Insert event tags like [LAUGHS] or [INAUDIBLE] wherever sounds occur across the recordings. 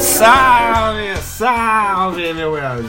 Salve, salve, meu Brasil!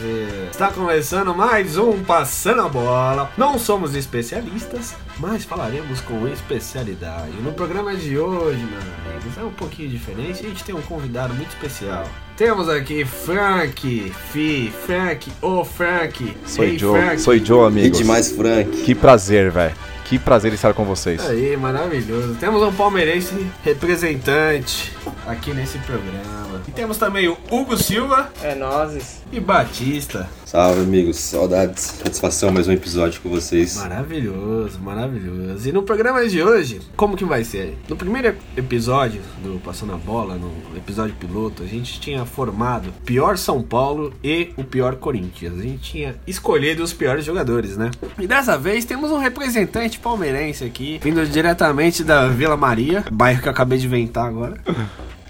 Está começando mais um Passando a Bola. Não somos especialistas, mas falaremos com especialidade. No programa de hoje, meus amigos, é um pouquinho diferente. A gente tem um convidado muito especial. Temos aqui Frank, Fi, Frank, ô Frank. Sou Ei, Joe, Frank. sou Joe, E amigos. demais, Frank. Que prazer, velho. Que prazer estar com vocês. Aí, maravilhoso. Temos um palmeirense representante aqui nesse programa. E temos também o Hugo Silva É nozes. e Batista. Salve, amigos. Saudades. Satisfação, mais um episódio com vocês. Maravilhoso, maravilhoso. E no programa de hoje, como que vai ser? No primeiro episódio do Passando a Bola, no episódio piloto, a gente tinha formado o pior São Paulo e o pior Corinthians. A gente tinha escolhido os piores jogadores, né? E dessa vez temos um representante palmeirense aqui, vindo diretamente da Vila Maria, bairro que eu acabei de inventar agora.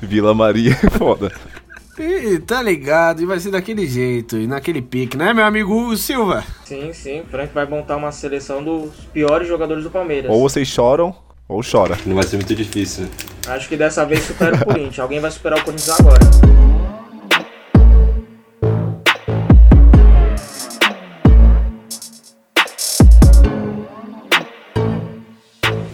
Vila Maria [LAUGHS] é foda. E tá ligado, e vai ser daquele jeito, e naquele pique, né, meu amigo Hugo Silva? Sim, sim. Frank vai montar uma seleção dos piores jogadores do Palmeiras. Ou vocês choram, ou chora. Não vai ser muito [LAUGHS] difícil. Acho que dessa vez supera o Corinthians. Alguém vai superar o Corinthians agora.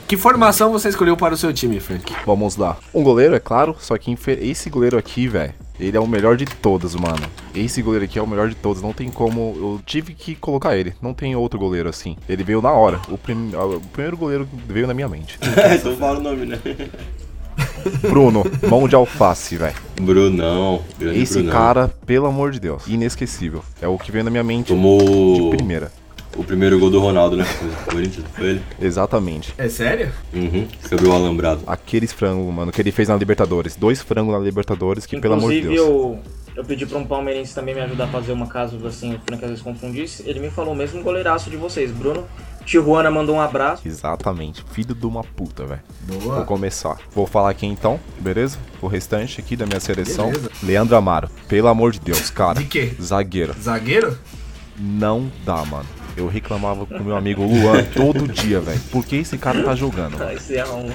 Que formação você escolheu para o seu time, Frank? Vamos lá. Um goleiro, é claro, só que infe- esse goleiro aqui, velho, ele é o melhor de todos, mano. Esse goleiro aqui é o melhor de todos, não tem como. Eu tive que colocar ele, não tem outro goleiro assim. Ele veio na hora. O, prim- o primeiro goleiro que veio na minha mente. [LAUGHS] então fala o nome, né? Bruno, mão de alface, velho. Brunão. Grande Esse Brunão. cara, pelo amor de Deus, inesquecível. É o que veio na minha mente de Tomou o- primeira. o primeiro gol do Ronaldo, né? O Corinthians, foi ele? Exatamente. É sério? Uhum. Quebrou o alambrado. Aqueles frangos, mano, que ele fez na Libertadores. Dois frangos na Libertadores que, pelo amor de Inclusive, Deus. eu, eu pedi pra um palmeirense também me ajudar a fazer uma caso assim, o Frank às vezes confundisse. Ele me falou o mesmo goleiraço de vocês. Bruno, Tijuana mandou um abraço. [LAUGHS] Exatamente. Filho de uma puta, velho. Boa. Vou começar. Vou falar aqui então, beleza? O restante aqui da minha seleção. Beleza. Leandro Amaro. Pelo amor de Deus, cara. De quê? Zagueiro. Zagueiro? Não dá, mano. Eu reclamava com meu [LAUGHS] amigo Luan todo dia, velho. Por que esse cara tá jogando? mano? Ah, Esse é um.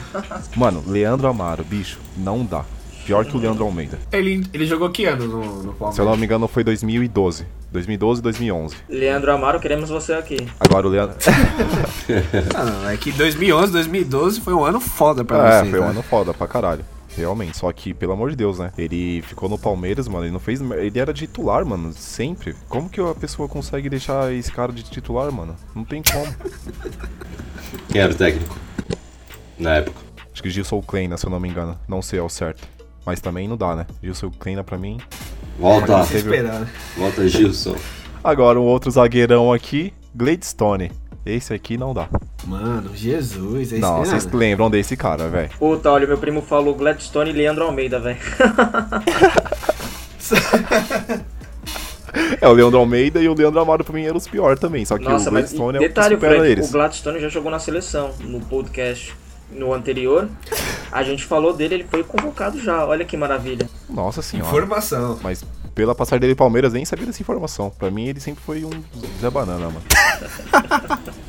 Mano, Leandro Amaro, bicho, não dá. Pior que o Leandro Almeida. Ele, ele jogou que ano no, no Se eu não Palmeiras? me engano, foi 2012. 2012, 2011. Leandro Amaro, queremos você aqui. Agora o Leandro. Ah, não, é que 2011, 2012 foi um ano foda pra É, vocês. foi um né? ano foda pra caralho. Realmente, só que, pelo amor de Deus, né? Ele ficou no Palmeiras, mano. Ele não fez. Ele era de titular, mano. Sempre. Como que a pessoa consegue deixar esse cara de titular, mano? Não tem como. Quem era o técnico? Na época. Acho que Gilson Kleina, se eu não me engano. Não sei ao certo. Mas também não dá, né? Gilson Kleina pra mim. Volta, Se esperar, né? volta, Gilson. Agora, um outro zagueirão aqui, Gladstone. Esse aqui não dá. Mano, Jesus, é Não, vocês isso mesmo. lembram desse cara, velho. Puta, olha, meu primo falou Gladstone e Leandro Almeida, velho. É o Leandro Almeida e o Leandro Amaro pra mim eram os piores também. Só que Nossa, o mas e Gladstone é o que detalhe, supera Frank, eles. o Gladstone já jogou na seleção no podcast no anterior. A gente falou dele, ele foi convocado já. Olha que maravilha. Nossa senhora. Informação. Mas pela passagem dele em Palmeiras, nem sabia dessa informação. Pra mim, ele sempre foi um Zé Banana, mano.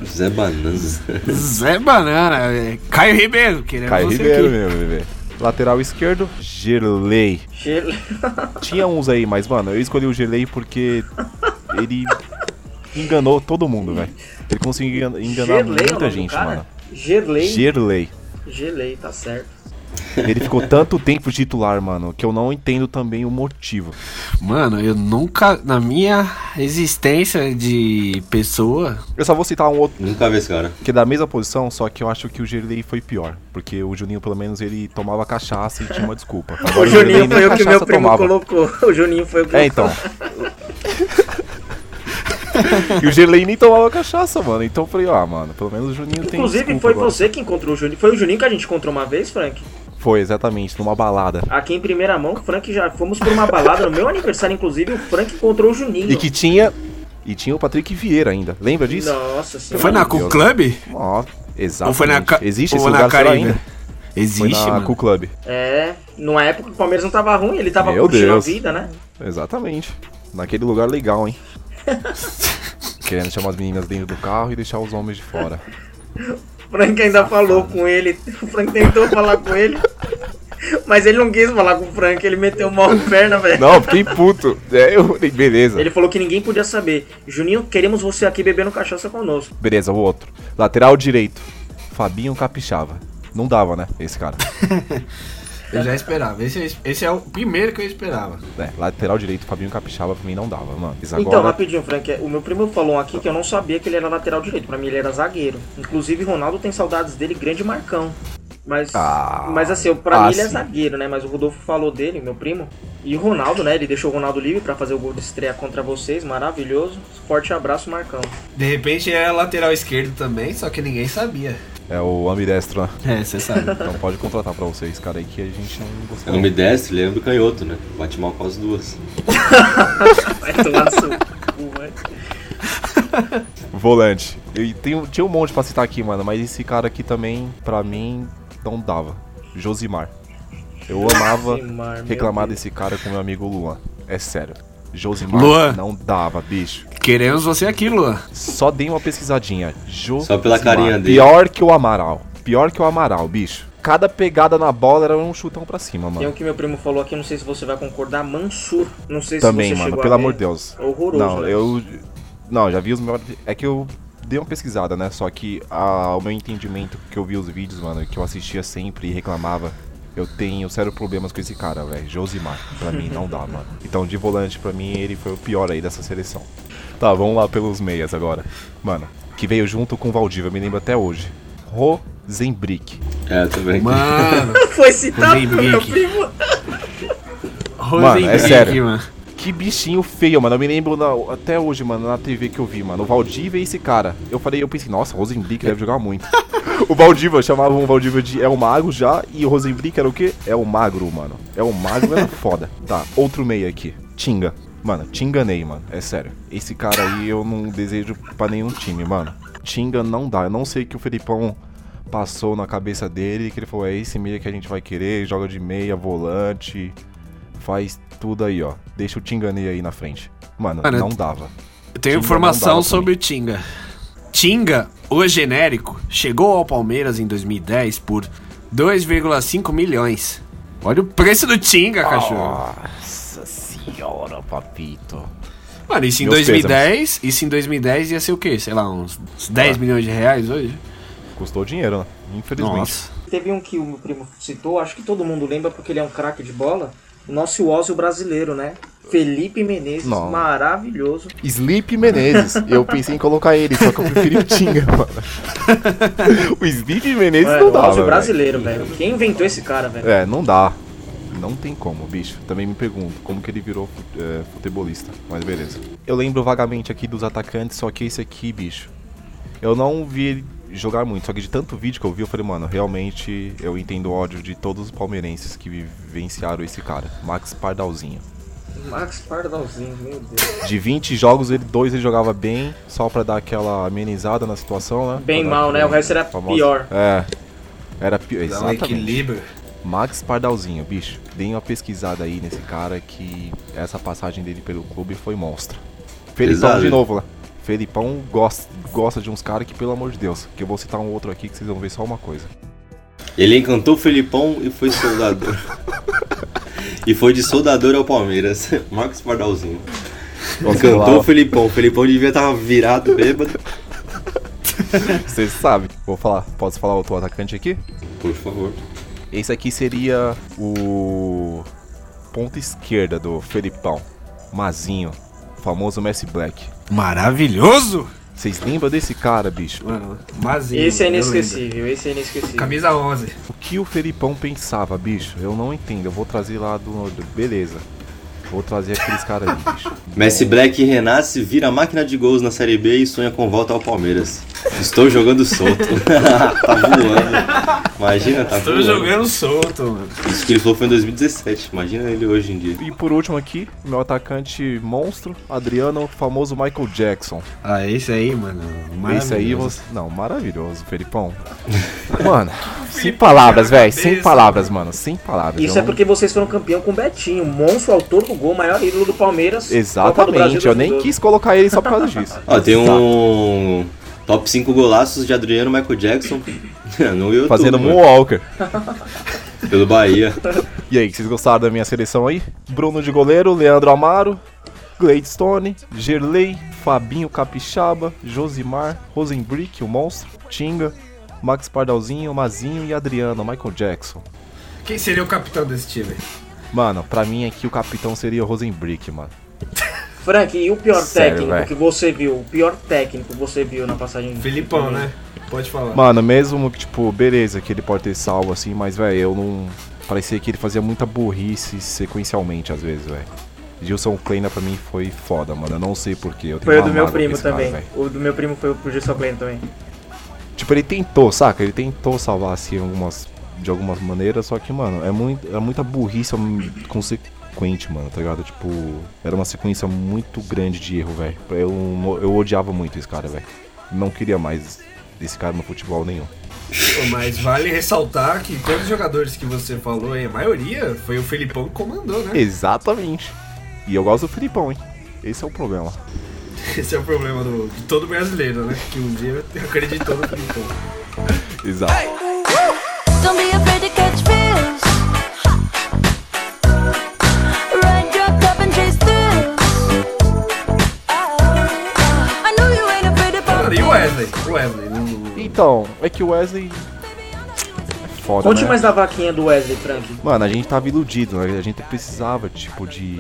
Zé Bananas. Zé Banana, velho. Caio Ribeiro, querendo Caio você Ribeiro aqui. mesmo, bebê. Lateral esquerdo, Gerlei. Che- Tinha uns aí, mas, mano, eu escolhi o Gerlei porque ele enganou todo mundo, velho. Ele conseguiu engan- enganar Gerlei é o nome muita do gente, cara? mano. Gerlei. Gerlei. Gerlei, tá certo. Ele ficou tanto tempo titular, mano, que eu não entendo também o motivo. Mano, eu nunca, na minha existência de pessoa, Eu só vou citar um outro Nunca vi esse cara. que é da mesma posição, só que eu acho que o Gerlei foi pior. Porque o Juninho, pelo menos, ele tomava cachaça e tinha uma desculpa. Agora, [LAUGHS] O Juninho Gerlei nem foi o que meu cachaça primo tomava. colocou. [LAUGHS] O Juninho foi o que É, então. e o Gerlei nem tomava cachaça, mano. Então eu falei, ah, mano, pelo menos o Juninho tem. Inclusive, desculpa foi agora. você que encontrou o Juninho. Foi o Juninho que a gente encontrou uma vez, Frank? Foi, exatamente, numa balada. Aqui em primeira mão, Frank já fomos por uma balada. No meu aniversário, inclusive, o Frank encontrou o Juninho. E que tinha. E tinha o Patrick Vieira ainda. Lembra disso? Nossa senhora. foi na Meu Cu é um Deus. Club? Ó, exatamente. Ou foi na Ca- Existe ou esse na lugar será Caribe? ainda? Foi Existe, na mano. Cu Club. É, numa época que o Palmeiras não tava ruim, ele tava Meu curtindo Deus. a vida, né? Exatamente. Naquele lugar [LAUGHS] legal, hein? Querendo chamar as meninas dentro do carro e deixar os homens de fora. O Frank ainda falou com ele. [LAUGHS] O Frank tentou falar com ele. Mas ele não quis falar com o Frank, ele meteu mal a perna, velho. Não, eu fiquei puto. É, eu falei, beleza. Ele falou que ninguém podia saber. Juninho, queremos você aqui bebendo cachaça conosco. Beleza, o outro. Lateral direito. Fabinho Capixaba. Não dava, né? Esse cara. Eu já esperava. Esse é, esse é o primeiro que eu esperava. É, lateral direito, Fabinho Capixaba pra mim não dava, mano. Mas Então, agora, rapidinho, Frank, o meu primo falou um aqui que eu não sabia que ele era lateral direito. Pra mim ele era zagueiro. Inclusive, Ronaldo tem saudades dele, grande marcão. Mas, Ah, mas assim, eu- pra ah, mim ele é sim. zagueiro, né? Mas o Rodolfo falou dele, meu primo. E o Ronaldo, né? Ele deixou o Ronaldo livre pra fazer o gol de estreia contra vocês. Maravilhoso. Forte abraço, Marcão. [LAUGHS] De repente é lateral esquerdo também, só que ninguém sabia. é o ambidestro, né? É, você sabe. Então pode contratar pra vocês, cara, aí que a gente não É gostou. um midestre, lembra o canhoto, né? Bate mal com as duas. Vai tomar no seu cu, vai. Volante. E tem, um- tinha um monte pra citar aqui, mano, mas esse cara aqui também, pra mim, não dava. Josimar. Eu amava Josimar, meu reclamar Deus. desse cara com meu amigo Luan. É sério. Josimar Luan. não dava, bicho. Queremos você aqui, Luan. Só dei uma pesquisadinha. Jo Só pela carinha dele. Pior que o Amaral. Pior que o Amaral, bicho. Cada pegada na bola era um chutão pra cima, Tem o mano. que meu primo falou aqui, não sei se você vai concordar, Mansur. Não sei se Também, você mano. chegou Pelo a amor ver. de Deus. Horroroso, Não, né? eu. Não, já vi os melhores. É que eu dei uma pesquisada, né? Só que ah, o meu entendimento que eu vi os vídeos, mano, que eu assistia sempre e reclamava. Eu tenho sério problemas com esse cara, velho. Josimar, pra mim não dá, mano. Então, de volante, pra mim, ele foi o pior aí dessa seleção. Tá, vamos lá pelos meias agora. Mano, que veio junto com o Valdívia, eu me lembro até hoje. Rosenbrick. É, também. [LAUGHS] Mano, [LAUGHS] Foi citado Rodrigo pelo meu Henrique. primo. Rosenbrick, é sério. mano. Que bichinho feio, mano. Eu me lembro na- até hoje, mano, na TV que eu vi, mano. O Valdívia e esse cara. Eu falei, eu pensei, nossa, o Rosenblick deve jogar muito. [LAUGHS] o Valdívia, chamavam o Valdívia de El Magro já. E o Rosenblick era o quê? É o Magro, mano. É o Magro, era [LAUGHS] foda. Tá, outro meio aqui. Tinga. Mano, te enganei, mano. É sério. Esse cara aí eu não desejo pra nenhum time, mano. Tinga não dá. Eu não sei o que o Felipão passou na cabeça dele, que ele falou, é esse meia que a gente vai querer, joga de meia, volante, faz tudo aí, ó. Deixa o Tinganei aí na frente. Mano, Mano, não eu- dava. Eu tenho Tinga não informação dava pra sobre o Tinga. Tinga, o genérico, chegou ao Palmeiras em 2010 por 2,5 milhões. Olha o preço do Tinga, cachorro. Nossa senhora, papito. Mano, isso em Meus 2010, isso em 2010 ia ser o quê? Sei lá, uns uns 10 milhões de reais hoje? Custou dinheiro, né? Infelizmente. Ah. Nossa. Teve um que o meu primo citou, acho que todo mundo lembra porque ele é um craque de bola. O nosso Ozio brasileiro, né? Felipe Menezes, Não. maravilhoso. Sleep Menezes. Eu pensei em colocar ele, só que eu preferi o Tinga, [LAUGHS] mano. [LAUGHS] o Sleep Menezes Mano, não o dava, Ozio velho. brasileiro, velho. Quem inventou esse cara, velho? É, não dá. Não tem como, bicho. Também me pergunto como que ele virou é, futebolista. Mas beleza. Eu lembro vagamente aqui dos atacantes, só que esse aqui, bicho. Eu não vi ele jogar muito, só que de tanto vídeo que eu vi, eu falei, mano, realmente eu entendo o ódio de todos os palmeirenses que vivenciaram esse cara. Max Pardalzinho. Max Pardalzinho, meu Deus. De 20 jogos, ele dois ele jogava bem, só pra dar aquela amenizada na situação, né? Bem Pra dar mal, né? aquela O resto era famosa- pior. É. Era pior, Dá um exatamente. equilíbrio. Max Pardalzinho, bicho, dei uma pesquisada aí nesse cara que essa passagem dele pelo clube foi monstro. Felipão Pesado, de hein? novo lá. Felipão gosta, gosta de uns caras que, pelo amor de Deus, que eu vou citar um outro aqui que vocês vão ver só uma coisa. Ele encantou o Felipão e foi [LAUGHS] soldador. e foi de soldador ao Palmeiras. [LAUGHS] Marcos Pardalzinho. um Encantou o Felipão. O Felipão devia estar virado, bêbado. Vocês sabem. Vou falar, posso falar outro atacante aqui? Por favor. Esse aqui seria o ponta esquerda do Felipão. Mazinho, famoso Messi Black. Maravilhoso! Vocês lembram desse cara, bicho? Mano, mazinho. Esse é eu inesquecível, esse é inesquecível. lembro. Camisa 11. O que o Felipão pensava, bicho? Eu não entendo. Eu vou trazer lá do. do- Beleza. Vou trazer aqueles caras ali, bicho. Messi Black renasce, vira máquina de gols na Série B e sonha com volta ao Palmeiras. Estou jogando solto. [LAUGHS] tá voando. Imagina, tá Tô voando. jogando solto, mano. Isso que ele falou foi em 2017. Imagina ele hoje em dia. E por último aqui, meu atacante monstro, Adriano, o famoso Michael Jackson. Ah, esse aí, mano. Esse aí maravilhoso. você. Não, [LAUGHS] maravilhoso, Felipão. Mano, sem palavras, velho. Sem cabeça, né? palavras, mano. Sem palavras. Isso Eu é porque vocês foram campeão com o Betinho, monstro autor do gol, maior ídolo do Palmeiras. Copa do Brasil Exatamente, eu nem 2012. [LAUGHS] quis colocar ele só por causa disso. Ó, tem um. Top 5 golaços de Adriano Michael Jackson [LAUGHS] no YouTube. Fazendo mano. Moonwalker. Pelo Bahia. E aí, vocês gostaram da minha seleção aí? Bruno de goleiro, Leandro Amaro, Gladstone, Gerley, Fabinho Capixaba, Josimar, Rosenbrick, o monstro, Tinga, Max Pardalzinho, Mazinho e Adriano, Michael Jackson. Quem seria o capitão desse time? Mano, pra mim aqui o capitão seria o Rosenbrick, mano. Frank, e o pior Sério, técnico véi. que você viu? O pior técnico que você viu na passagem. Felipão, né? Pode falar. Mano, mesmo que, tipo, beleza, que ele pode ter salvo assim, mas, velho, eu não. Parecia que ele fazia muita burrice sequencialmente às vezes, velho. Gilson Kleina pra mim foi foda, mano. Eu não sei porquê. Eu tenho Foi o uma do meu mágoa com primo esse cara, também. véi. o do meu primo foi o pro Gilson Klein também. Tipo, ele tentou, saca? Ele tentou salvar assim algumas, de algumas maneiras, só que, mano, é, muito, é muita burrice consequente, mano, tá ligado? Tipo, era uma sequência muito grande de erro, velho. Eu, eu odiava muito esse cara, velho. Não queria mais esse cara no futebol nenhum. Pô, Mas vale ressaltar que todos os jogadores que você falou aí, a maioria foi o Felipão que comandou, [LAUGHS] né? Exatamente. E eu gosto do Filipão, hein? Esse é o problema. Esse é o problema do, de todo brasileiro, né? Que um dia acreditou no Felipão. Exato. Don't be afraid to catch feels. Ride your cup and chase thrills. I know you ain't afraid of Mano, e o Wesley? O Wesley, não. Então, é que o Wesley. É foda, Conte né? mais da vaquinha do Wesley, Frank. Mano, a gente tava iludido, né? A gente precisava, tipo, de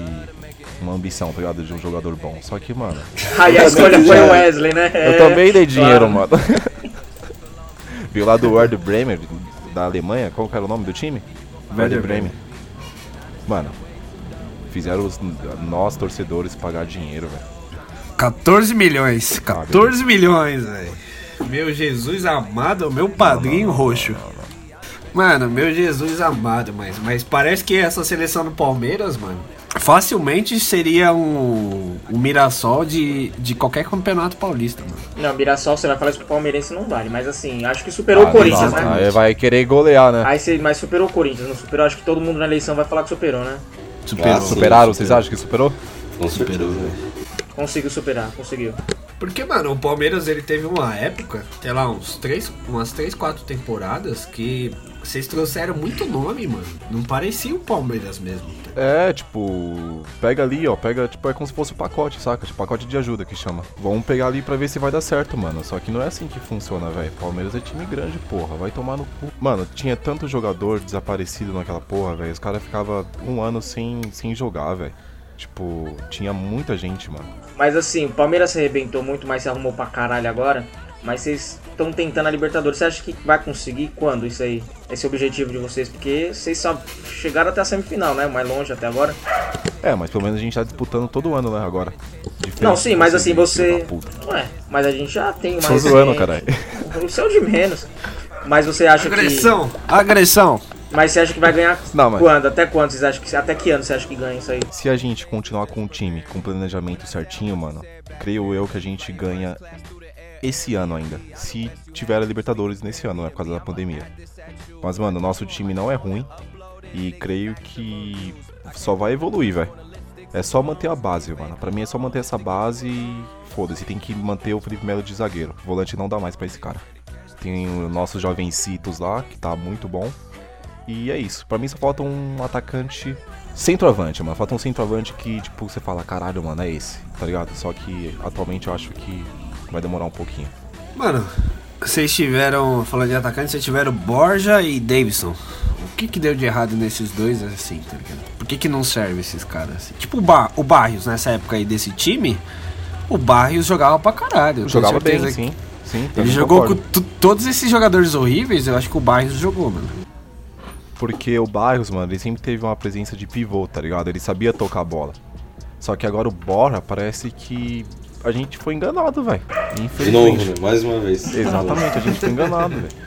uma ambição, tá ligado? De um jogador bom. Só que, mano, Aí Ah, a Eu escolha também foi já- o Wesley, né? eu também dei dinheiro, mano. [LAUGHS] Viu lá do Werder Bremer, da Alemanha? Qual que era o nome do time? Werder Bremen. Mano, fizeram os- nós, torcedores, pagar dinheiro, velho. 14 milhões. 14 milhões, velho. Meu Jesus amado, meu padrinho roxo. Mano, meu Jesus amado, mas, mas parece que essa seleção do Palmeiras, mano, facilmente seria um, um Mirassol de, de qualquer campeonato paulista, mano. Não, Mirassol, você vai falar isso pro Palmeirense, não vale. Mas assim, acho que superou o Corinthians, exato. né? Ah, Aí é. vai querer golear, né? Aí você, mas superou o Corinthians, não superou? Acho que todo mundo na eleição vai falar que superou, né? Ah, Superou. Superaram? Vocês acham que superou? né? Com certeza, velho. Conseguiu superar, conseguiu. Porque, mano, o Palmeiras ele teve uma época, sei lá, uns três, umas três, quatro temporadas que vocês trouxeram muito nome, mano. Não parecia o Palmeiras mesmo. tá? É, tipo, pega ali, ó, pega, tipo, é como se fosse um pacote, saca? Tipo, pacote de ajuda que chama. Vamos pegar ali pra ver se vai dar certo, mano. Só que não é assim que funciona, velho. Palmeiras é time grande, porra. Vai tomar no cu. Mano, tinha tanto jogador desaparecido naquela porra, velho. Os caras ficavam um ano sem, sem jogar, velho. Tipo, tinha muita gente, mano. Mas assim, o Palmeiras se arrebentou muito, mas se arrumou pra caralho agora. Mas vocês estão tentando a Libertadores. Você acha que vai conseguir quando isso aí? Esse é o objetivo de vocês? Porque vocês só chegaram até a semifinal, né? Mais longe até agora. É, mas pelo menos a gente tá disputando todo ano, né, agora. Diferente Não, sim, de mas assim, filho você. da puta. Ué, mas é a gente já tem mais. Tô zoando, gente. caralho. O seu de menos. Mas você acha que. Agressão! Agressão! Mas você acha que vai ganhar Não, mas- quando? Até quando vocês acham que. Até que ano você acha que ganha isso aí? Se a gente continuar com o time, com o planejamento certinho, mano, creio eu que a gente ganha esse ano ainda. Se tiver a Libertadores nesse ano, né, por causa da pandemia. Mas, mano, nosso time não é ruim e creio que só vai evoluir, velho. É só manter a base, mano. Pra mim é só manter essa base e foda-se. Tem que manter o Felipe Melo de zagueiro. Volante não dá mais pra esse cara. Tem o nosso jovencitos lá, que tá muito bom. E é isso. Pra mim só falta um atacante centroavante, mano. Falta um centroavante que, tipo, você fala, caralho, mano, é esse, tá ligado? Só que atualmente eu acho que vai demorar um pouquinho. Mano, vocês tiveram, falando de atacante, vocês tiveram Borja e Davidson. O que que deu de errado nesses dois, assim, tá ligado? Por que que não serve esses caras, assim? Tipo o, Bar o Barrios, nessa época aí desse time, o Barrios jogava pra caralho. eu tenho Jogava bem, certeza que- sim. Sim, Ele também jogou com concordo. tu- todos esses jogadores horríveis, eu acho que o Barrios jogou, mano. Porque o Barros, mano, ele sempre teve uma presença de pivô, tá ligado? Ele sabia tocar a bola. Só que agora o Borra parece que a gente foi enganado, velho. De novo, Infelizmente. né? mais uma vez. Exatamente, a gente foi enganado, velho.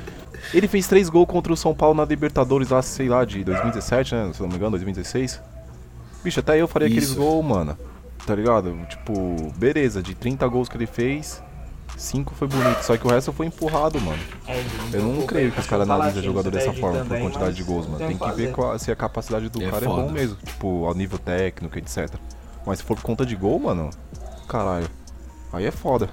Ele fez três gols contra o São Paulo na Libertadores lá, sei lá, de 2017, né? Se não me engano, 2016. Bicho, até eu faria aqueles Isso. gols, mano. Tá ligado? Tipo, beleza, de 30 gols que ele fez, 5 foi bonito. Só que o resto foi empurrado, mano. Eu não creio que os caras analisam jogador dessa forma, por quantidade de gols, mano. Tem que ver qual- se a capacidade do É cara é bom foda. mesmo, tipo, ao nível técnico, etc. Mas se for por conta de gol, mano, caralho. Aí é foda.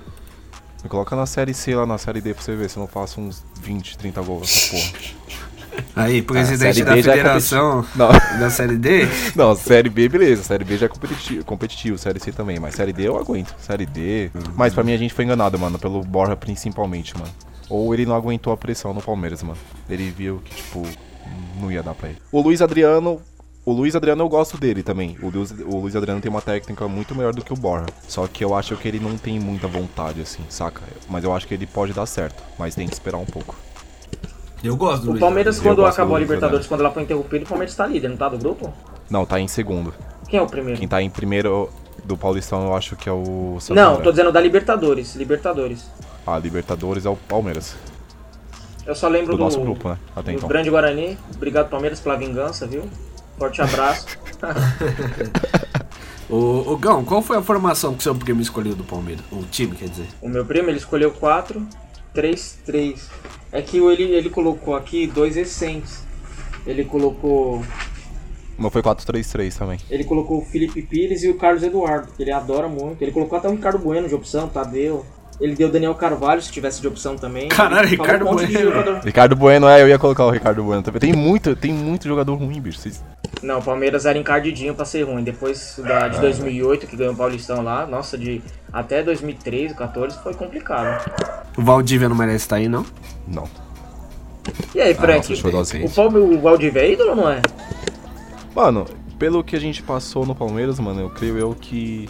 Me coloca na série C lá, na série D pra você ver se eu não faço uns 20, 30 gols nessa porra. Aí, presidente Série da B já é federação Não, da Série D, não, série B, beleza. Série B já é competitivo, competitivo, série C também, mas série D eu aguento. Série D. Mas pra mim a gente foi enganado, mano, pelo Borja principalmente, mano. Ou ele não aguentou a pressão no Palmeiras, mano. Ele viu que, tipo, não ia dar pra ele. O Luiz Adriano. O Luiz Adriano eu gosto dele também. O Luiz, o Luiz Adriano tem uma técnica muito melhor do que o Borja. Só que eu acho que ele não tem muita vontade, assim, saca? Mas eu acho que ele pode dar certo. Mas tem que esperar um pouco. eu gosto do O Luiz Palmeiras, Eu quando gosto acabou a do Luiz Libertadores, quando ela foi interrompida, o Palmeiras tá líder, não tá do grupo? Não, tá em segundo. Quem é o primeiro? Quem tá em primeiro do Paulistão eu acho que é o Santo Não, André. tô dizendo da Libertadores. Libertadores. A Libertadores é o Palmeiras. Eu só lembro Do do, nosso grupo, né? Até do então. Grande Guarani. Obrigado, Palmeiras, pela vingança, viu? [LAUGHS] Forte abraço. Ô, ô, Gão, qual foi a formação que seu primo escolheu do Palmeiras? O time, quer dizer. o meu primo, ele escolheu 4, 3, 3. É que o- ele, ele colocou aqui dois recentes. Ele colocou Mas foi 4-3-3 também. ele colocou o Felipe Pires e o Carlos Eduardo, que ele adora muito. Ele colocou até o Ricardo Bueno de opção, Tadeu. Ele deu o Daniel Carvalho, se tivesse de opção também. Caralho, Ele Ricardo falou um monte de Bueno. jogador. Ricardo Bueno, é, eu ia colocar o Ricardo Bueno também. Tem muito, tem muito jogador ruim, bicho. Vocês- Não, o Palmeiras era encardidinho pra ser ruim. Depois da, Ah. de 2008, que ganhou o Paulistão lá, nossa, de até 2013, 14, foi complicado. O Valdívia não merece estar aí, não? Não. E aí, Frank? Ah, nossa, deixa eu dar assim. o Palme, o Valdívia é ídolo ou não é? Mano, pelo que a gente passou no Palmeiras, mano, eu creio eu que.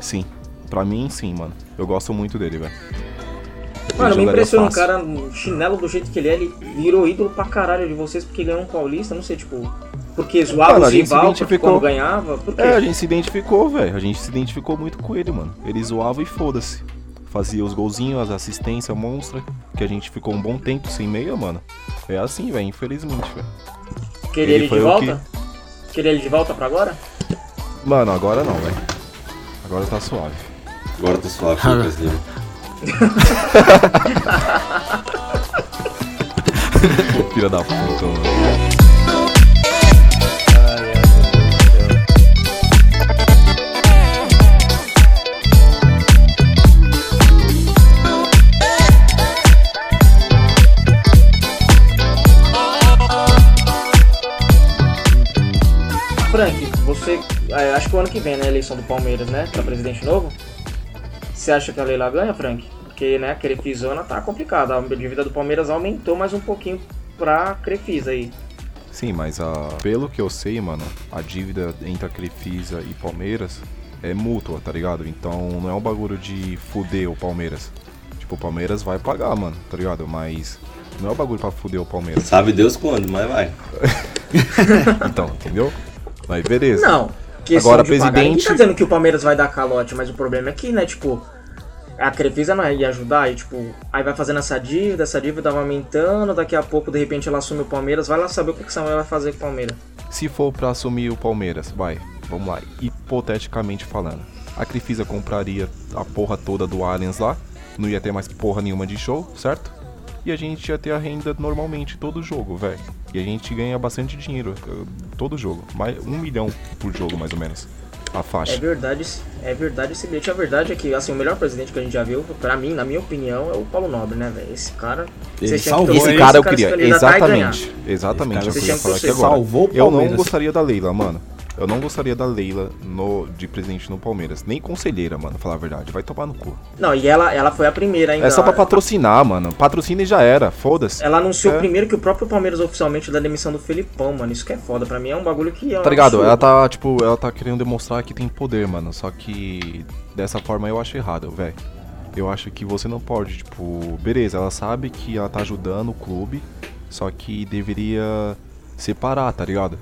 Sim. Pra mim, sim, mano. Eu gosto muito dele, velho. Mano, me jogaria impressiona um fácil. cara no chinelo do jeito que ele é. Ele virou ídolo pra caralho de vocês porque ganhou um paulista, não sei, tipo. Porque zoava Mano, a os gente se rival porque identificou. quando ganhava. Por quê? É, a gente se identificou, velho. A gente se identificou muito com ele, mano. Ele zoava e foda-se. Fazia os golzinhos, as assistências monstra. Que a gente ficou um bom tempo sem meia, mano. É assim, velho, infelizmente, velho. Queria Ele ele, de foi o volta? Queria ele de volta pra agora? Mano, agora não, velho. Agora tá suave. Agora tá suave, Lucas Lima. [LAUGHS] Filha da puta, mano. Frank, você. é, acho que o ano que vem, né? A eleição do Palmeiras, né? Pra presidente novo. Você acha que a Leila ganha, Frank? Porque, né, a Crefisona tá complicada. A dívida do Palmeiras aumentou mais um pouquinho pra Crefisa aí. Sim, mas a... pelo que eu sei, mano, a dívida entre a Crefisa e Palmeiras é mútua, tá ligado? Então não é um bagulho de fuder o Palmeiras. Tipo, o Palmeiras vai pagar, mano, tá ligado? Mas não é um bagulho pra fuder o Palmeiras. Sabe Deus quando, mas vai. Então, entendeu? Mas beleza. Não. questão Agora, de pagar. presidente- Ninguém tá dizendo que o Palmeiras vai dar calote, mas o problema é que, né, tipo, a Crefisa não ia ajudar e, tipo, aí vai fazendo essa dívida, essa dívida vai aumentando, daqui a pouco, de repente, ela assume o Palmeiras, vai lá saber o que que Samuel vai fazer com o Palmeiras. Se for pra assumir o Palmeiras, vai, vamos lá, hipoteticamente falando. A Crefisa compraria a porra toda do Allianz lá, não ia ter mais porra nenhuma de show, certo? E a gente ia ter a renda normalmente todo jogo, velho. E a gente ganha bastante dinheiro eh, todo jogo, mais um milhão por jogo mais ou menos. A É faixa. verdade, esse- é verdade esse bilhete. A verdade é que, assim, o melhor presidente que a gente já viu, pra mim, na minha opinião, é o Paulo Nobre, né, velho? Esse cara... vocês tinham salvou, que torcer hein? Esse pra cara eu se queria, candidatar e ganhar. exatamente, exatamente. Esse é Eu cara queria se falar aqui processou. agora. Salvou o Eu não Palmeiras. gostaria da Leila, mano. Eu não gostaria da Leila no, de presidente no Palmeiras. Nem conselheira, mano, falar a verdade. Vai tomar no cu. Não, e ela, ela foi a primeira ainda. né? É só pra patrocinar, mano. Patrocina e já era. Foda-se. Ela anunciou É. primeiro que o próprio Palmeiras oficialmente da demissão do Felipão, mano. Isso que é foda. Pra mim é um bagulho que. é um Tá ligado? absurdo. Ela tá, tipo, ela tá querendo demonstrar que tem poder, mano. Só que dessa forma eu acho errado, velho. Eu acho que você não pode, tipo, beleza, ela sabe que ela tá ajudando o clube, só que deveria separar, tá ligado?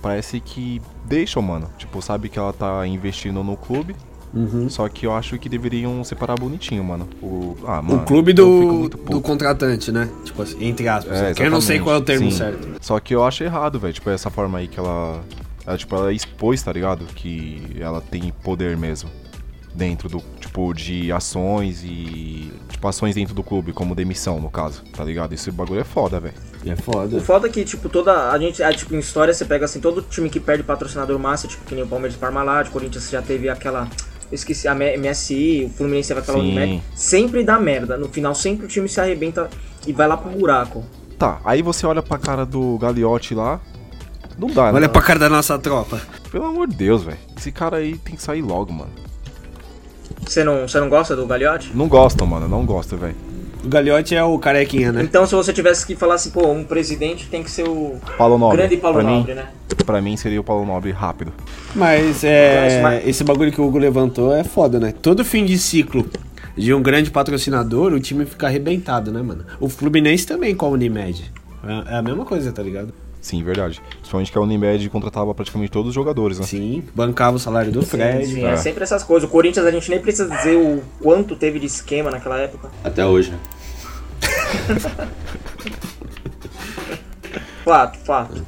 Parece que deixam, mano. Tipo, sabe que ela tá investindo no clube. Uhum. Só que eu acho que deveriam separar bonitinho, mano. O, ah, mano, O clube eu fico do, muito puto. do contratante, né? Tipo assim, entre aspas. É, né? que eu não sei exatamente. qual é o termo Sim. certo. Só que eu acho errado, velho. Tipo, essa forma aí que ela, ela. Tipo, ela expôs, tá ligado? Que ela tem poder mesmo. Dentro do. Tipo, de ações e. Tipo, ações dentro do clube, como demissão, no caso, tá ligado? Esse bagulho é foda, velho. É O foda. foda é que, tipo, toda. A gente. ah, tipo, em história você pega assim, todo time que perde patrocinador massa, tipo, que nem o Palmeiras Parmalat, o Corinthians já teve aquela. eu esqueci, a M- MSI, o Fluminense vai pela Sim. Unimed, sempre dá merda. No final, sempre o time se arrebenta e vai lá pro buraco. Tá, aí você olha pra cara do Galiote lá. Não dá, né? Olha é pra cara da nossa tropa. Pelo amor de Deus, velho. Esse cara aí tem que sair logo, mano. Você não, você não gosta do Gagliotti? Não gosto, mano. Não gosto, velho. O Galiote é o carequinha, né? Então, se você tivesse que falar assim, pô, um presidente tem que ser o Paulo Nobre. grande Paulo pra Nobre, mim, né? Pra mim seria o Paulo Nobre rápido. Mas Mas, é, mas- esse bagulho que o Hugo levantou é foda, né? Todo fim de ciclo de um grande patrocinador, o time fica arrebentado, né, mano? O Fluminense também com a Unimed. É- É a mesma coisa, tá ligado? Sim, verdade. Principalmente que a Unimed contratava praticamente todos os jogadores, né? Sim, bancava o salário do Fred. Sim, é sempre essas coisas. O Corinthians, a gente nem precisa dizer o quanto teve de esquema naquela época. Até hoje, né? Fato, fato.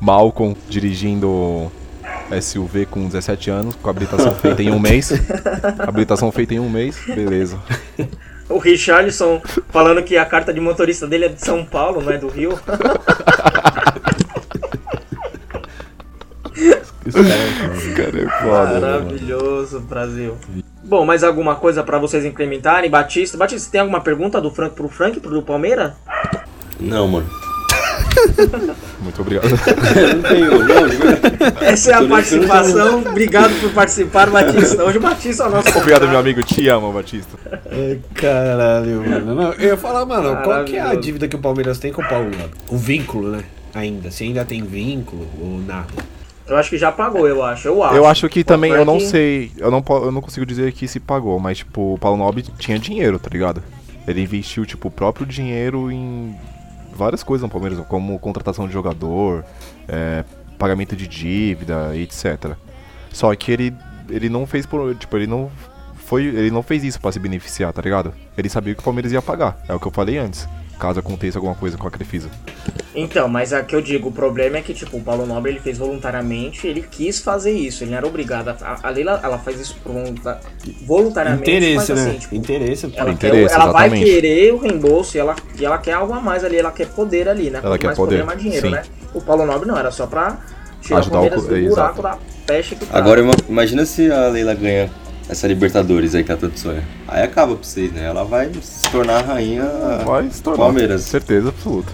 Malcolm dirigindo SUV com 17 anos, com habilitação feita em um mês. habilitação feita em um mês, beleza. O Richarlison falando que a carta de motorista dele é de São Paulo, não é do [LAUGHS] Rio. Esse cara é foda, mano. Maravilhoso, Brasil. Bom, mais alguma coisa pra vocês incrementarem? Batista, Batista, tem alguma pergunta do Frank pro Frank, pro do Palmeira? Não, mano. Muito obrigado. [LAUGHS] não um, tenho, não, de verdade. Essa é a Tô nem esperando participação. Obrigado por participar, Batista. Hoje o Batista é o nosso. obrigado, meu convidado. amigo. Te amo, Batista. Ai, Caralho, mano. Não, eu ia falar, mano, qual que é a Maravilhoso. dívida que o Palmeiras tem com o Paulo? Lado? O vínculo, né? Ainda. Se ainda tem vínculo ou nada. Eu acho que já pagou, eu acho. Eu acho. Eu acho que Ah, Pô, também, eu não Frank- sei, eu não, po- eu não consigo dizer que se pagou, mas, tipo, o Paulo Nobre tinha dinheiro, tá ligado? Ele investiu, tipo, o próprio dinheiro em várias coisas no Palmeiras, como contratação de jogador, é, pagamento de dívida, e etc. Só que ele, ele não fez por, tipo, ele não foi, ele não fez isso pra se beneficiar, tá ligado? Ele sabia que o Palmeiras ia pagar, é o que eu falei antes. Caso aconteça alguma coisa com a Crefisa. Então, mas é que eu digo, o problema é que, tipo, o Paulo Nobre ele fez voluntariamente, ele quis fazer isso, ele não era obrigado. A, a Leila, ela faz isso por volunta- voluntariamente, Interesse, mas né? assim, tipo, Interesse. ela, pô. quer, Interesse, ela vai exatamente. querer o reembolso e ela, e ela quer algo a mais ali, ela quer poder ali, né? Ela Quanto quer mais poder, mais dinheiro, sim. né? O Paulo Nobre não, era só pra tirar Ajudar o o Palmeiras co- do é, buraco da peste que tá. Agora, ima- imagina se a Leila ganha essa Libertadores aí que ela tanto sonha. Aí acaba pra vocês, né? Ela vai se tornar a rainha Vai se tornar. Palmeiras. Certeza absoluta.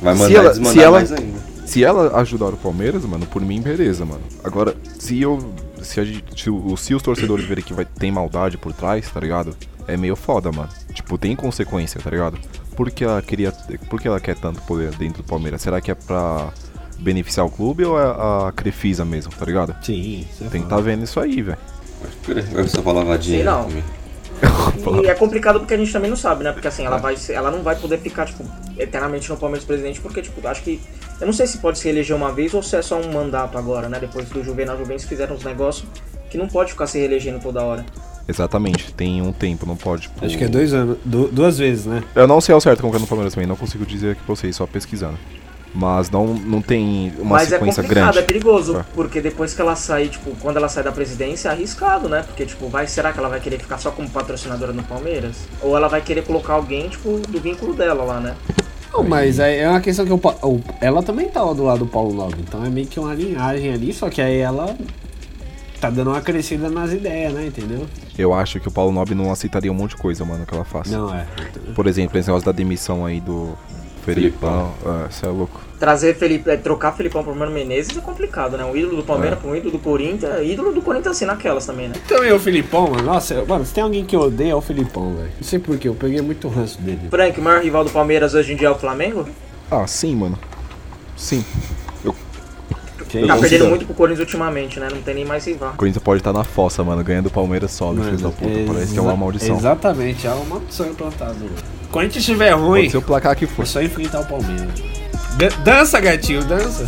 Vai Se mandar ela- e desmandar se ela- mais ainda. Se ela ajudar o Palmeiras, mano, por mim, beleza, mano. Agora, se eu. Se, a gente, se, o- se os torcedores verem que vai, tem maldade por trás, tá ligado? É meio foda, mano. Tipo, tem consequência, tá ligado? Por que ela queria. Por que ela quer tanto poder dentro do Palmeiras? Será que é pra beneficiar o clube ou é a Crefisa mesmo, tá ligado? Sim, isso é Tem que foda. tá vendo isso aí, velho. [LAUGHS] Vai só falar vadinha Sei não. também. E é complicado porque a gente também não sabe, né? Porque assim, É. ela, vai, ser- ela não vai poder ficar, tipo, eternamente no Palmeiras presidente, porque, tipo, acho que. Eu não sei se pode se reeleger uma vez ou se é só um mandato agora, né? Depois do Juvenal Juventus fizeram uns negócios que não pode ficar se reelegendo toda hora. Exatamente, tem um tempo, não pode. tipo- Acho que é dois anos. du- duas vezes, né? Eu não sei ao certo como que é no Palmeiras também, não consigo dizer aqui pra vocês, só pesquisando. Mas não, não tem uma Mas é sequência complicado, grande. é perigoso, Tá. porque depois que ela sair, tipo, quando ela sai da presidência, é arriscado, né? Porque, tipo, vai, será que ela vai querer ficar só como patrocinadora no Palmeiras? Ou ela vai querer colocar alguém, tipo, do vínculo dela lá, né? Não, mas é é uma questão que o, Pa- o- ela também tava do lado do Paulo Nobre, então é meio que uma linhagem ali, só que aí ela tá dando uma crescida nas ideias, né, entendeu? Eu acho que o Paulo Nobre não aceitaria um monte de coisa, mano, que ela faça. Não, é. Por exemplo, esse negócio da demissão aí do Felipão. Ah, Você é louco. Trazer Felipe, é, trocar Felipão pro Mano Menezes é complicado, né? Um ídolo do Palmeiras É. pra um ídolo do Corinthians, ídolo do Corinthians assim naquelas também, né? Também o Filipão, mano. Nossa, eu- mano, se tem alguém que eu odeio é o Filipão, velho. Não sei porquê, eu peguei muito ranço dele. Frank, o maior rival do Palmeiras hoje em dia é o Flamengo? Ah, sim, mano. Sim. Que Tá isso? perdendo muito pro Corinthians ultimamente, né? Não tem nem mais rival. O Corinthians pode estar na fossa, mano, ganhando o Palmeiras solo, filho da puta. Parece que é uma exa- maldição. Exatamente, é uma maldição implantada. mano. Quando a gente estiver ruim, Pode ser o placar que for. é só enfrentar o Palmeiras. Dan- dança, gatinho, dança.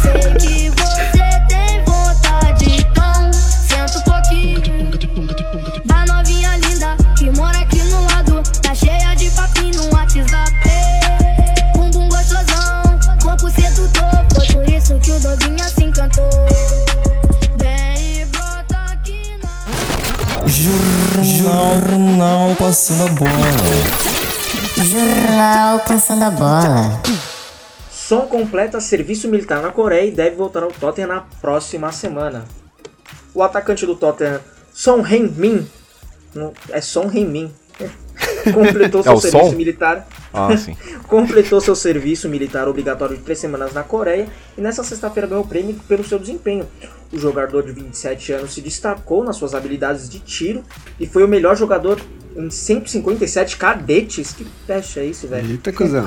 Sei que você tem vontade, então senta um pouquinho. Da novinha linda que mora aqui no lado, tá cheia de papinho no WhatsApp. Bumbum gostosão, corpo sedutor, foi por isso que o Doguinha se encantou. Vem e brota aqui na. Jornal Passando a Bola. Jornal Passando a Bola. Som completa serviço militar na Coreia e deve voltar ao Tottenham na próxima semana. o atacante do Tottenham, Son Heung-min, não, é Son Heung-min, [LAUGHS] completou seu É o serviço Son? militar Ah, sim. completou seu serviço militar obrigatório de três semanas na Coreia e nessa sexta-feira ganhou o prêmio pelo seu desempenho. O jogador de 27 anos se destacou nas suas habilidades de tiro e foi o melhor jogador em 157 cadetes. Que peste é isso, [LAUGHS] velho? Eita, cuzão.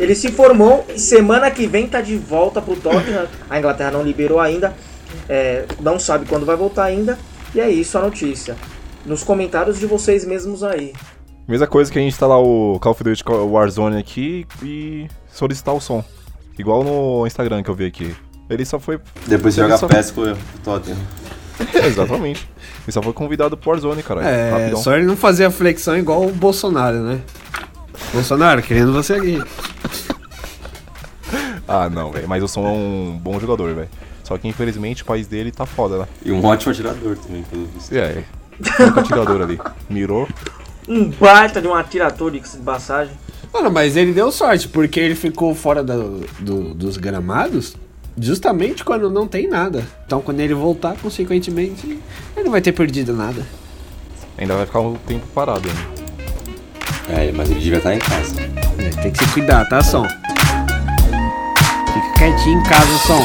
Ele se formou e semana que vem tá de volta pro Tottenham. A Inglaterra não liberou ainda, é, não sabe quando vai voltar ainda. E é isso a notícia. Nos comentários de vocês mesmos aí. Mesma coisa que a gente instalar o Call of Duty Warzone aqui e solicitar o som. Igual no Instagram que eu vi aqui. Ele só foi. [LAUGHS] Depois você Ele joga só- PES com o Tottenham. Exatamente. Ele só foi convidado pro Warzone, caralho. É, Rapidão. só ele não fazer a flexão igual o Bolsonaro, né? Bolsonaro, querendo você aqui. Ah, não, velho. Mas o som é um bom jogador, velho. Só que infelizmente o país dele tá foda, né? E um ótimo atirador também, pelo visto. E aí? Nunca um atirador ali. Mirou. Um baita de um atirador de passagem. Mano, mas ele deu sorte, porque ele ficou fora do- do- dos gramados justamente quando não tem nada. Então quando ele voltar, consequentemente, ele não vai ter perdido nada. Ainda vai ficar um tempo parado, né? É, mas ele devia estar em casa. É, tem que se cuidar, tá, Som? Fica quietinho em casa, Som.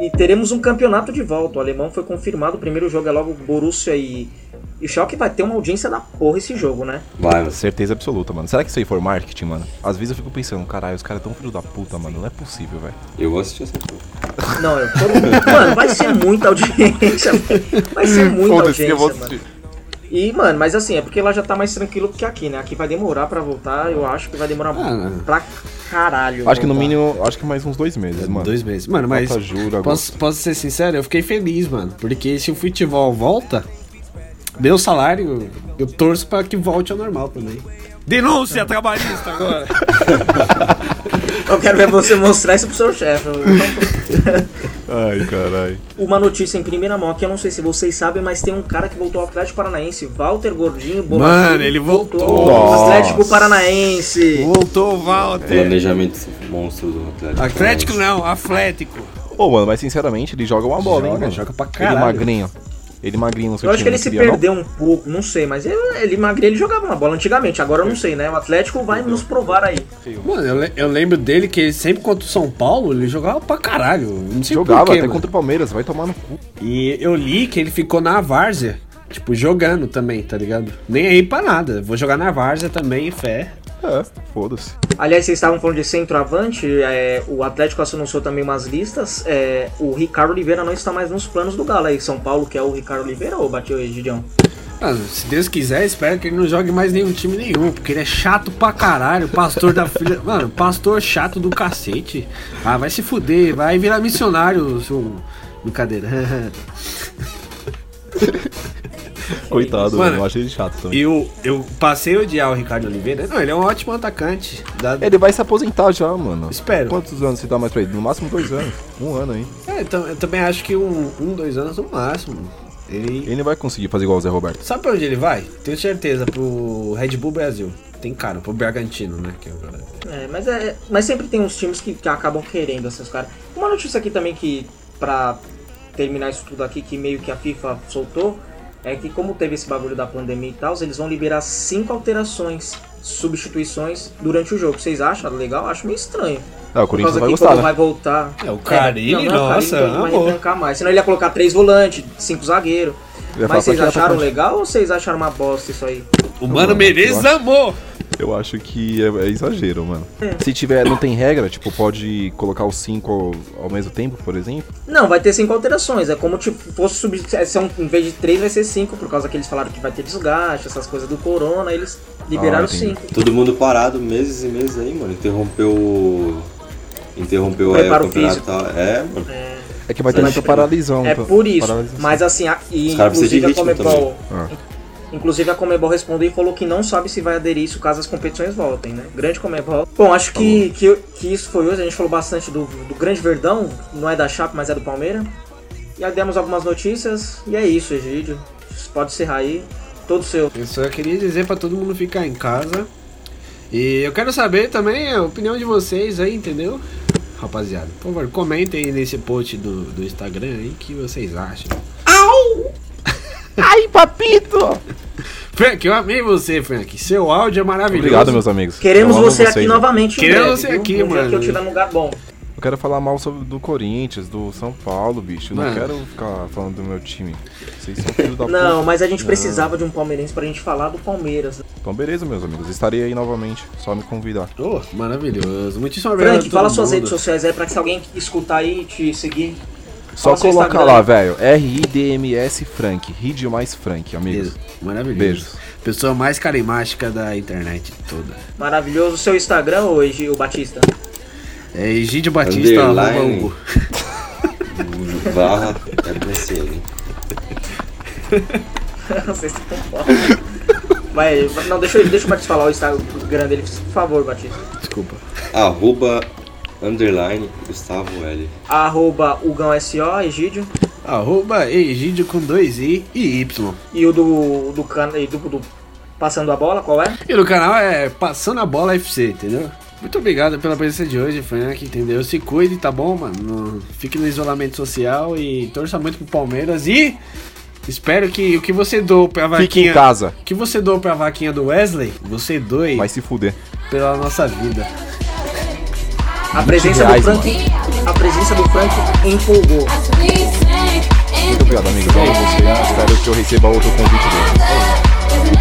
E teremos um campeonato de volta. O alemão foi confirmado. O primeiro jogo é logo Borussia e. E o Schalke vai ter uma audiência da porra esse jogo, né? Vai, mano. Certeza absoluta, mano. Será que isso aí for marketing, mano? Às vezes eu fico pensando, caralho, os caras tão filho da puta, mano. Não é possível, velho. Eu vou assistir essa porra. Não, eu todo mundo- Mano, vai ser muita audiência. velho. Vai ser é muita audiência, mano. E, mano, mas assim, é porque lá já tá mais tranquilo que aqui, né? Aqui vai demorar pra voltar. Eu acho que vai demorar não. pra caralho. Ah, Acho que no voltar. mínimo, acho que mais uns dois meses, mano. É, Dois meses. Mano, mas Falta julho, posso, posso ser sincero? Eu fiquei feliz, mano. Porque se o futebol volta, meu salário, eu torço pra que volte ao normal também. Denúncia trabalhista agora. Eu quero ver você mostrar isso pro seu chefe. Então, Ai, caralho. Uma notícia em primeira mão aqui, eu não sei se vocês sabem, mas tem um cara que voltou ao Atlético Paranaense, Walter Gordinho. [LAUGHS] Bonafude, Mano, ele voltou. ao Atlético Nossa. Paranaense. Voltou o Walter. Planejamento monstro do Atlético. É. Atlético né? não, Atlético. Ô, mano, mas sinceramente, ele joga uma bola, hein, Joga, mano? joga pra Ele caralho. magrinho. Ele magrinho no seu Eu acho que time, não ele se queria, não? perdeu um pouco, não sei, mas ele, ele magrinho, ele jogava uma bola antigamente, agora eu não sei, né? O Atlético vai nos provar aí. Mano, eu, le- eu lembro dele que ele sempre contra o São Paulo, ele jogava pra caralho. Não sei Jogava porquê, até mano. contra o Palmeiras, vai tomar no cu. E eu li que ele ficou na várzea, tipo, jogando também, tá ligado? Nem aí pra nada. Vou jogar na várzea também, fé. É, foda-se. Aliás, vocês estavam falando de centroavante, é, o Atlético anunciou também umas listas, é, o Ricardo Oliveira não está mais nos planos do Galo aí, São Paulo, que é o Ricardo Oliveira ou bateu aí, Gidião? Mano, se Deus quiser, espero que ele não jogue mais nenhum time nenhum, porque ele é chato pra caralho, pastor da filha. [LAUGHS] Mano, pastor chato do cacete. Ah, vai se fuder, vai virar missionário, seu. Brincadeira. [LAUGHS] Coitado, Mano, mano. Eu achei ele chato também. eu, eu passei a odiar o Ricardo Oliveira. Não, ele é um ótimo atacante. da- Ele vai se aposentar já, mano. É, Espero. Quantos anos você dá mais pra ele? No máximo dois anos. Um ano, hein? É, então, eu também acho que um, um, dois anos no máximo. Ele. Ele não vai conseguir fazer igual o Zé Roberto. Sabe pra onde ele vai? Tenho certeza, pro Red Bull Brasil. Tem cara, pro Bragantino, né? que é o- É, mas, é, mas sempre tem uns times que, que acabam querendo esses caras. Uma notícia aqui também que, pra terminar isso tudo aqui, que meio que a FIFA soltou, é que como teve esse bagulho da pandemia e tal, eles vão liberar cinco alterações, substituições durante o jogo. Vocês acham legal? Acho meio estranho. Ah, o Por Corinthians causa vai que gostar, quando né? vai voltar... É, o Carille, nossa, é então ele não amor. vai arrancar mais. Senão ele ia colocar três volantes, cinco zagueiros. Ele ia falar pra Mas vocês quem era pra acharam frente. legal ou vocês acharam uma bosta isso aí? O Mano Menezes amou! Eu acho que é, é exagero, mano. Se tiver, não tem regra, tipo, pode colocar os cinco ao, ao mesmo tempo, por exemplo. Não, vai ter cinco alterações. É como tipo, fosse substituir. São, em vez de três, vai ser cinco, por causa que eles falaram que vai ter desgaste, essas coisas do corona, eles liberaram Ah, entendi. cinco. Todo mundo parado meses e meses aí, mano. Interrompeu o. Interrompeu aí Preparo o campeonato físico. e tal. É, mano. É que vai ter Mas- muita paralisão. é tá? por isso. Paralisação. Mas assim, a, e Os caras precisam de inclusive ritmo a Ah. Comebol. também. Inclusive a Comebol respondeu e falou que não sabe se vai aderir isso caso as competições voltem, né? Grande Comebol. Bom, acho que, que, que isso foi hoje. A gente falou bastante do, do Grande Verdão, não é da Chape, mas é do Palmeiras. E aí demos algumas notícias e é isso, Egídio. Pode encerrar aí. Todo seu. Eu só queria dizer pra todo mundo ficar em casa. E eu quero saber também a opinião de vocês aí, entendeu? Rapaziada, por favor, comentem aí nesse post do, do Instagram aí o que vocês acham. [LAUGHS] Ai, papito! Frank, eu amei você, Frank. Seu áudio é maravilhoso. Obrigado, meus amigos. Queremos Eu amo você aqui vocês, né? novamente. em Queremos breve, você viu? aqui, No dia mano. que eu tiver um lugar bom. Eu quero falar mal sobre do Corinthians, do São Paulo, bicho. Eu Mano. Não quero ficar falando do meu time. Vocês são filhos da puta. né? Não, mas a gente Ah. precisava de um palmeirense pra gente falar do Palmeiras. Então beleza, meus amigos. Estarei aí novamente. Só me convidar. Oh, maravilhoso. Muitíssimo obrigado. Frank, a todo fala suas mundo. redes sociais aí pra que se alguém escutar aí e te seguir. Só Fala seu coloca Instagram. lá, velho. R-I-D-M-S Frank. Ride mais Frank, amigos. Beleza, Maravilhoso. Beijos. Pessoa mais carimática da internet toda. Maravilhoso. Seu Instagram hoje, o Batista. [LAUGHS] É Egídio Batista, arroba Underline. Hugo. Barra é pra você, hein? Vocês estão foda. Mas, não, deixa, eu- deixa o Batista falar o Instagram dele, por favor, Batista. Desculpa. Arroba underline Gustavo L. Arroba UgãoSO, Egídio. Arroba Egídio com dois I e Y. E o do, do, can- e do, do Passando a Bola, qual é? E no canal é Passando a Bola FC, entendeu? Muito obrigado pela presença de hoje, Frank, entendeu? Se cuide, tá bom, mano? Não- Fique no isolamento social e torça muito pro Palmeiras e espero que o que você doou pra vaquinha... Fique em casa. O que você doou pra vaquinha do Wesley, você doe Vai se fuder. pela nossa vida. A presença do reais, Frank. A presença do Frank empolgou. Muito obrigado, amigos. Eu amo você. Espero que eu receba outro convite dele.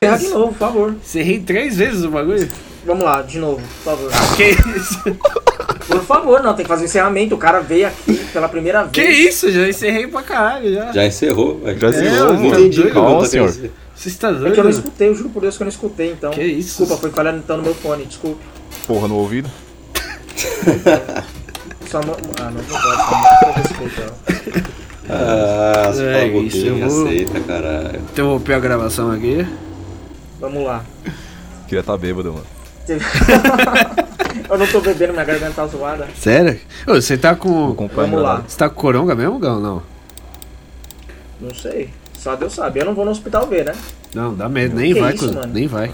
Encerra de novo, por favor. Cerrei três vezes o bagulho? Vamos lá, de novo, por favor. Que isso? Por favor, não, tem que fazer o encerramento. O cara veio aqui pela primeira Que vez. isso? Já encerrei pra caralho, já. Já encerrou, velho. Já encerrou, Eu não mano. entendi Calma, como tá senhor. acontecendo. Você está É que eu não doido? escutei, eu juro por Deus que eu não escutei, então. Que isso? Desculpa, foi falhando então no meu fone, desculpa. Porra no ouvido. Só não. Ah, não, não pode, não respeito. Ah, as É, isso, eu boquinha, vou- aceita, caralho. Interrompeu a gravação aqui. Vamos lá. [LAUGHS] Queria estar bêbado, mano. Eu não tô bebendo, minha garganta tá zoada. Sério? Ô, você tá com. Vou acompanhar Vamos lá. Você tá com coronga mesmo, Gão? Não. Não sei. Só Deus sabe. Eu não vou no hospital ver, né? Não, dá medo. Nem Que vai, isso, cuzão, mano? Nem vai.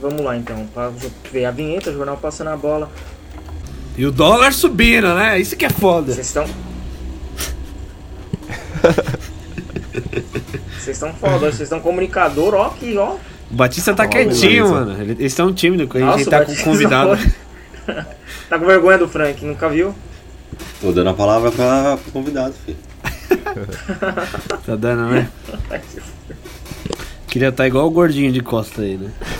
Vamos lá então. Pra ver a vinheta, o jornal passando a bola. E o dólar subindo, né? Isso que é foda. [LAUGHS] Vocês estão. Vocês estão foda, vocês estão comunicador, ó, que ó. O Batista tá Olha, quietinho, Luísa. mano. Ele- Eles estão tímidos com ele. Nossa, ele o tá com Batista [LAUGHS] convidado. foi. tá com vergonha do Frank, nunca viu? Tô dando a palavra pra, pro convidado, filho. Tá dando, né? Queria estar igual o gordinho de costa aí, né?